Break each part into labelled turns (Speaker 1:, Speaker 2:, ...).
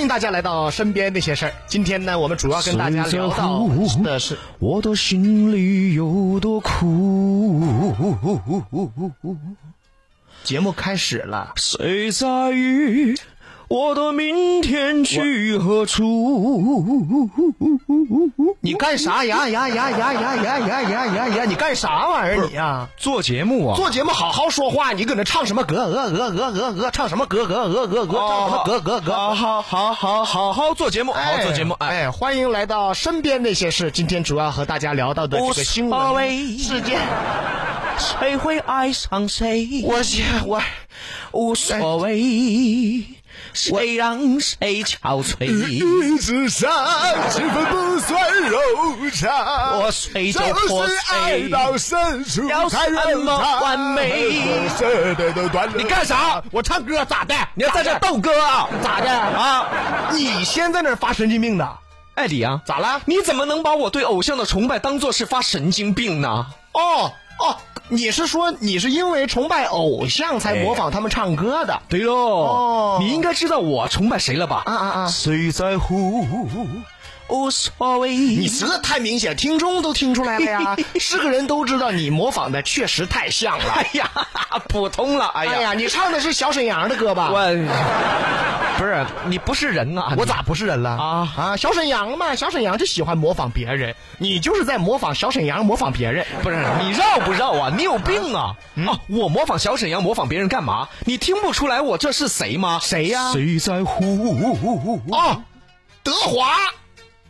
Speaker 1: 迎大家来到身边那些事儿。今天呢，我们主要跟大家聊到的是，
Speaker 2: 我的心里有多苦，
Speaker 1: 节目开始了，
Speaker 2: 谁在意我的明天去何处？
Speaker 1: 你干啥呀呀呀呀呀呀呀呀呀呀！你干啥玩意儿你呀？
Speaker 2: 做节目啊，
Speaker 1: 做节目好好说话，你搁那唱什么歌？鹅鹅鹅鹅鹅，唱什么歌？鹅鹅鹅鹅，唱什
Speaker 2: 哦
Speaker 1: 么歌？鹅鹅。
Speaker 2: 好好好好好好做节目，好好做节目，哎，
Speaker 1: 哎，欢迎来到身边那些事。今天主要和大家聊到的这个新
Speaker 2: 无所
Speaker 1: 闻
Speaker 2: 谓
Speaker 1: 事件，
Speaker 2: 谁会爱上谁？
Speaker 1: 我我
Speaker 2: 无所谓，谁让谁憔悴？
Speaker 1: 一直上，气氛不算柔肠
Speaker 2: 我随着破碎。
Speaker 1: 深处
Speaker 2: 要什么完美
Speaker 1: 舍得都断了
Speaker 2: 你干啥？
Speaker 1: 我唱歌咋的？
Speaker 2: 你要在这儿逗哥啊？
Speaker 1: 咋的？
Speaker 2: 啊，
Speaker 1: 你先在那儿发神经病的，
Speaker 2: 艾迪啊，
Speaker 1: 咋了？
Speaker 2: 你怎么能把我对偶像的崇拜当做是发神经病呢？
Speaker 1: 哦哦，你是说你是因为崇拜偶像才模仿他们唱歌的？
Speaker 2: 对喽，
Speaker 1: 哦
Speaker 2: 你应该知道我崇拜谁了吧？
Speaker 1: 啊啊啊！
Speaker 2: 谁在乎？无所谓。
Speaker 1: 你这太明显，听众都听出来了 呀，是个人都知道你模仿的确实太像了
Speaker 2: 哎。呀，普通了，
Speaker 1: 哎
Speaker 2: 哎呀，
Speaker 1: 呀，你唱的是小沈阳的歌吧？
Speaker 2: 哎我不是你不是人啊！
Speaker 1: 我咋不是人了
Speaker 2: 啊
Speaker 1: 啊！小沈阳嘛，小沈阳就喜欢模仿别人，你就是在模仿小沈阳，模仿别人。嗯
Speaker 2: 不是你绕不绕啊？你有病啊！啊，我啊模仿小沈阳，模仿别人干嘛？你听不出来我这是谁吗？
Speaker 1: 谁呀
Speaker 2: 谁在乎？
Speaker 1: 哦，德华，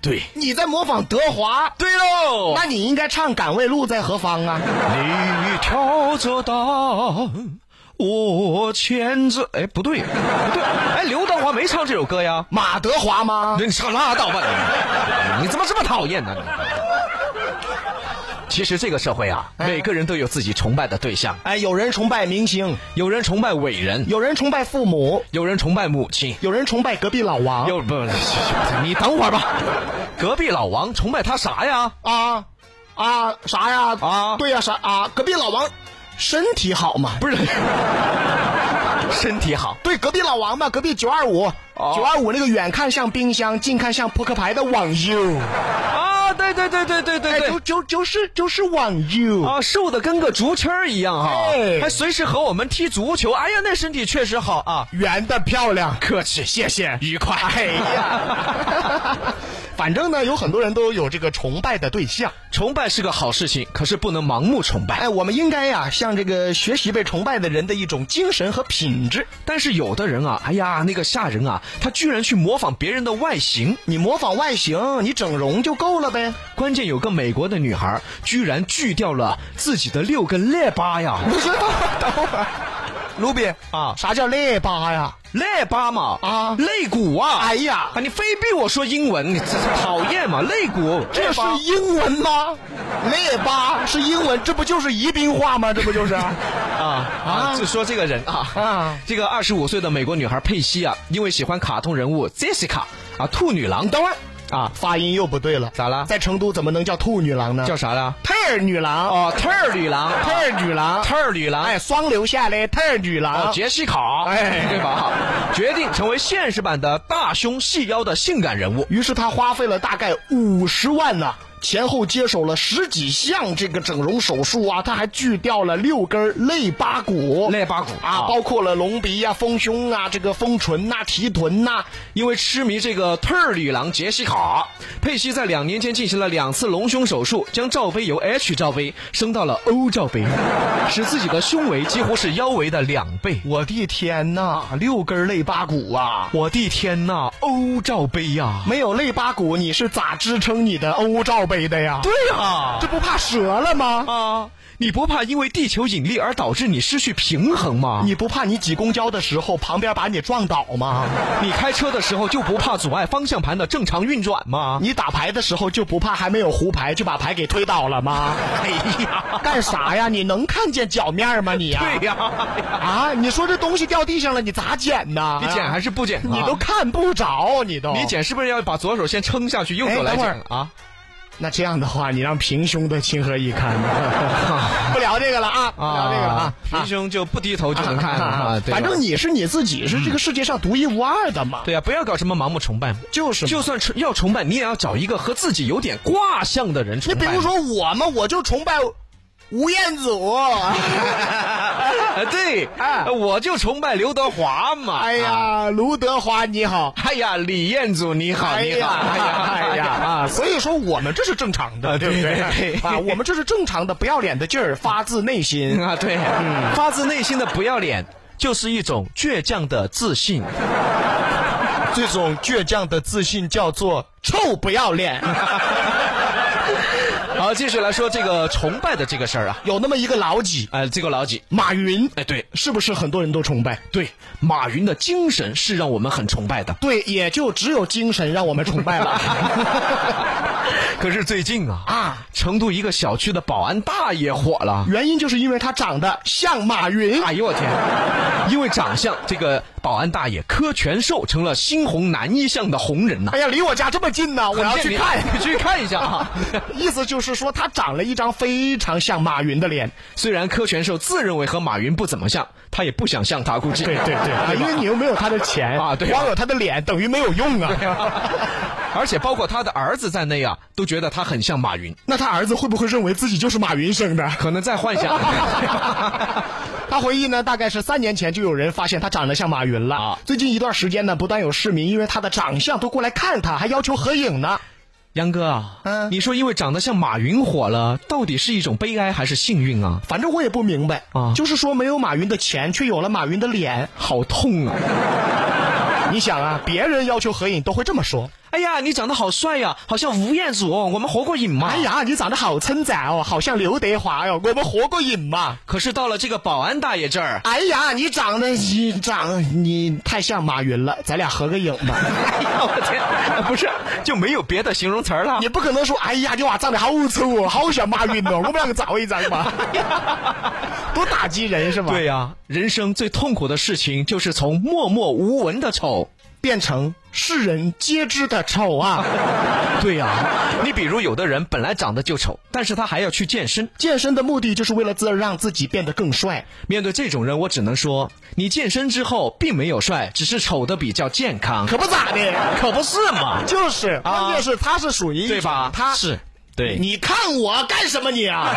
Speaker 2: 对
Speaker 1: 你在模仿德华，
Speaker 2: 对喽，
Speaker 1: 那你应该唱《敢问路在何方》啊。
Speaker 2: 你挑着担，我牵着……哎，不对，不对，哎，刘德华没唱这首歌呀。
Speaker 1: 马德华吗？
Speaker 2: 那你唱拉倒吧 你！你怎么这么讨厌呢你其实这个社会啊，
Speaker 1: 哎
Speaker 2: 每个人都有自己崇拜的对象，
Speaker 1: 哎，有人崇拜明星，
Speaker 2: 有人崇拜伟人，
Speaker 1: 有人崇拜父母，
Speaker 2: 有人崇拜母亲，
Speaker 1: 有人崇拜隔壁老王。
Speaker 2: 又不，你等会儿吧。隔壁老王崇拜他啥呀？
Speaker 1: 啊啊啥呀？
Speaker 2: 啊
Speaker 1: 对呀、啥啊？隔壁老王身体好嘛？
Speaker 2: 不是， 身体好，
Speaker 1: 对，隔壁老王嘛，隔壁九二五，
Speaker 2: 哦
Speaker 1: 九二五那个远看像冰箱，近看像扑克牌的网友，
Speaker 2: 啊，对对对对对对
Speaker 1: 哎，
Speaker 2: 对
Speaker 1: 就，就就是就是网友。
Speaker 2: 啊，瘦的跟个竹签儿一样哈、
Speaker 1: 哎
Speaker 2: 还随时和我们踢足球。哎呀，那身体确实好啊！
Speaker 1: 圆的漂亮，
Speaker 2: 客气，谢谢，愉快。
Speaker 1: 哎 呀，反正呢，有很多人都有这个崇拜的对象。
Speaker 2: 崇拜是个好事情，可是不能盲目崇拜。
Speaker 1: 哎，我们应该呀、向这个学习被崇拜的人的一种精神和品质。
Speaker 2: 但是有的人啊，哎呀，那个吓人啊，他居然去模仿别人的外形。
Speaker 1: 你模仿外形，嗯你整容就够了呗。
Speaker 2: 关键有个美国的女孩，居然锯掉了自己的六个肋巴呀！
Speaker 1: 不是，等会儿，等会 儿，卢比
Speaker 2: 啊
Speaker 1: 啥叫肋巴呀？
Speaker 2: 肋巴嘛，
Speaker 1: 啊
Speaker 2: 肋骨啊！
Speaker 1: 哎呀
Speaker 2: 啊，你非逼我说英文，你这讨 厌嘛？肋骨，
Speaker 1: 这
Speaker 2: 肋
Speaker 1: 是
Speaker 2: 巴
Speaker 1: 英文 吗？肋巴是英文，这不就是宜宾话吗？这不 就是？
Speaker 2: 啊啊！就说这个人啊
Speaker 1: 啊
Speaker 2: 这个二十五岁的美国女孩佩西啊，因为喜欢卡通人物 Jessica 啊，兔女郎，等会儿啊，
Speaker 1: 发音又不对了，
Speaker 2: 咋了
Speaker 1: 在成都怎么能叫兔女郎呢？
Speaker 2: 啊叫啥啦？
Speaker 1: 特儿女郎，
Speaker 2: 哦，特儿女郎，
Speaker 1: 特儿女郎，
Speaker 2: 特儿女郎，
Speaker 1: 哎，双流下的特儿女
Speaker 2: 哦，
Speaker 1: 郎，
Speaker 2: 杰西卡，
Speaker 1: 哎
Speaker 2: 对吧？决定成为现实版的大胸细腰的性感人物。
Speaker 1: 于是他花费了大概五十万呢、前后接手了十几项这个整容手术啊，他还锯掉了六根肋巴骨，
Speaker 2: 肋巴骨
Speaker 1: 啊，
Speaker 2: 啊
Speaker 1: 包括了隆鼻啊、丰胸啊、这个丰唇呐、提臀呐、
Speaker 2: 因为痴迷这个特儿女郎杰西卡，佩西在两年间进行了两次隆胸手术，将罩杯由 H 罩杯升到了 O 罩杯， 使自己的胸围几乎是腰围的两倍。
Speaker 1: 我的天呐，六根肋巴骨啊！
Speaker 2: 我的天呐，欧罩杯呀、
Speaker 1: 没有肋巴骨，你是咋支撑你的欧罩杯的呀？
Speaker 2: 对啊
Speaker 1: 这，不怕折了吗？
Speaker 2: 啊，你不怕因为地球引力而导致你失去平衡吗？
Speaker 1: 你不怕你挤公交的时候旁边把你撞倒 吗？
Speaker 2: 你开车的时候就不怕阻碍方向盘的正常运转吗？
Speaker 1: 你打牌的时候就不怕还没有胡牌就把牌给推倒了 吗？
Speaker 2: 哎呀，
Speaker 1: 干啥呀？你能看见脚面吗？你呀、
Speaker 2: 对呀，
Speaker 1: 啊，你说这东西掉地上了，你咋捡呢？
Speaker 2: 你捡还是不捡啊？
Speaker 1: 你都看不着，你都
Speaker 2: 你捡是不是要把左手先撑下去，右
Speaker 1: 哎
Speaker 2: 手来
Speaker 1: 等会
Speaker 2: 捡
Speaker 1: 儿
Speaker 2: 啊？
Speaker 1: 那这样的话，你让平胸的情何以堪？ 不聊这个了啊，不聊这个了啊。
Speaker 2: 平胸就不低头就能看了啊，对吧
Speaker 1: 反正你是你自己，是这个世界上独一无二的嘛。
Speaker 2: 对啊，不要搞什么盲目崇拜，
Speaker 1: 就是嘛
Speaker 2: 就算崇要崇拜，你也要找一个和自己有点卦象的人
Speaker 1: 你
Speaker 2: 崇
Speaker 1: 比
Speaker 2: 拜。
Speaker 1: 如说我嘛，我就崇拜吴彦 祖。
Speaker 2: 啊，对，
Speaker 1: 哎
Speaker 2: 我就崇拜刘德华嘛。
Speaker 1: 哎
Speaker 2: 啊，
Speaker 1: 呀， 卢德华你好，
Speaker 2: 哎呀，李彦祖你好，
Speaker 1: 哎
Speaker 2: 你
Speaker 1: 呀
Speaker 2: 好，，
Speaker 1: 哎 呀啊！所以说我们这是正常的，
Speaker 2: 啊
Speaker 1: 对不对
Speaker 2: 对对？
Speaker 1: 啊，我们这是正常的，不要脸的劲儿，发自内心。
Speaker 2: 啊，对，发自内心的不要脸，就是一种倔强的自 信。
Speaker 1: 这种倔强的自信叫做 臭不要脸。
Speaker 2: 好，继续来说这个崇拜的这个事儿啊，
Speaker 1: 有那么一个老几，
Speaker 2: 呃，这个老几，
Speaker 1: 马云，
Speaker 2: 哎，对
Speaker 1: 是不是很多人都崇拜？
Speaker 2: 对，马云的精神是让我们很崇拜的。
Speaker 1: 对，也就只有精神让我们崇拜了。
Speaker 2: 可是最近啊，
Speaker 1: 啊，
Speaker 2: 成都一个小区的保安大爷火了。
Speaker 1: 原因就是因为他长得像马云。
Speaker 2: 哎呦我天！因为长相，这个保安大爷柯全寿成了新红男一项的红人呐、
Speaker 1: 哎呀，离我家这么近哎呢，我要去看。
Speaker 2: 你 去看一下啊！
Speaker 1: 意思就是说，他长了一张非常像马云的脸。
Speaker 2: 虽然柯全寿自认为和马云不怎么像，他也不想像他，估计。
Speaker 1: 对对对，啊，因为你又没有他的钱
Speaker 2: 啊对啊
Speaker 1: 光有他的脸等于没有用啊。
Speaker 2: 而且包括他的儿子在内啊，都觉得他很像马云，
Speaker 1: 那他儿子会不会认为自己就是马云生的？
Speaker 2: 可能在幻想。
Speaker 1: 他回忆呢，大概是三年前就有人发现他长得像马云了。
Speaker 2: 啊
Speaker 1: 最近一段时间呢，不断有市民因为他的长相都过来看他，还要求合影呢。
Speaker 2: 杨哥啊，
Speaker 1: 嗯
Speaker 2: 你说因为长得像马云火了，到底是一种悲哀还是幸运啊？
Speaker 1: 反正我也不明白
Speaker 2: 啊
Speaker 1: 就是说没有马云的钱，却有了马云的脸。
Speaker 2: 好痛啊！
Speaker 1: 你想啊，别人要求合影都会这么说。
Speaker 2: 哎呀，你长得好帅呀、好像吴彦祖，我们合过影吗？
Speaker 1: 哎呀，你长得好称赞哦，好像刘德华哟、我们合过影嘛。
Speaker 2: 可是到了这个保安大爷这儿，
Speaker 1: 哎呀，你长得你长你太像马云了，咱俩合个影 吧。
Speaker 2: 哎呀，我天，不是就没有别的形容词儿了
Speaker 1: 你？不可能说，哎呀，你娃长得好丑哦，好像马云哦，我们两个照一张 吧。多打击人是吧？
Speaker 2: 对，呀、人生最痛苦的事情就是从默默无闻的丑。
Speaker 1: 变成世人皆知的丑啊！
Speaker 2: 对呀、你比如有的人本来长得就丑，但是他还要去健身。
Speaker 1: 健身的目的就是为了自让自己变得更帅。
Speaker 2: 面对这种人，我只能说，你健身之后并没有帅，只是丑的比较健康，
Speaker 1: 可不咋的，
Speaker 2: 可不是嘛？
Speaker 1: 就是，
Speaker 2: 啊
Speaker 1: 关键是他是属于
Speaker 2: 对吧？
Speaker 1: 他
Speaker 2: 是，对。
Speaker 1: 你看我干什么你啊？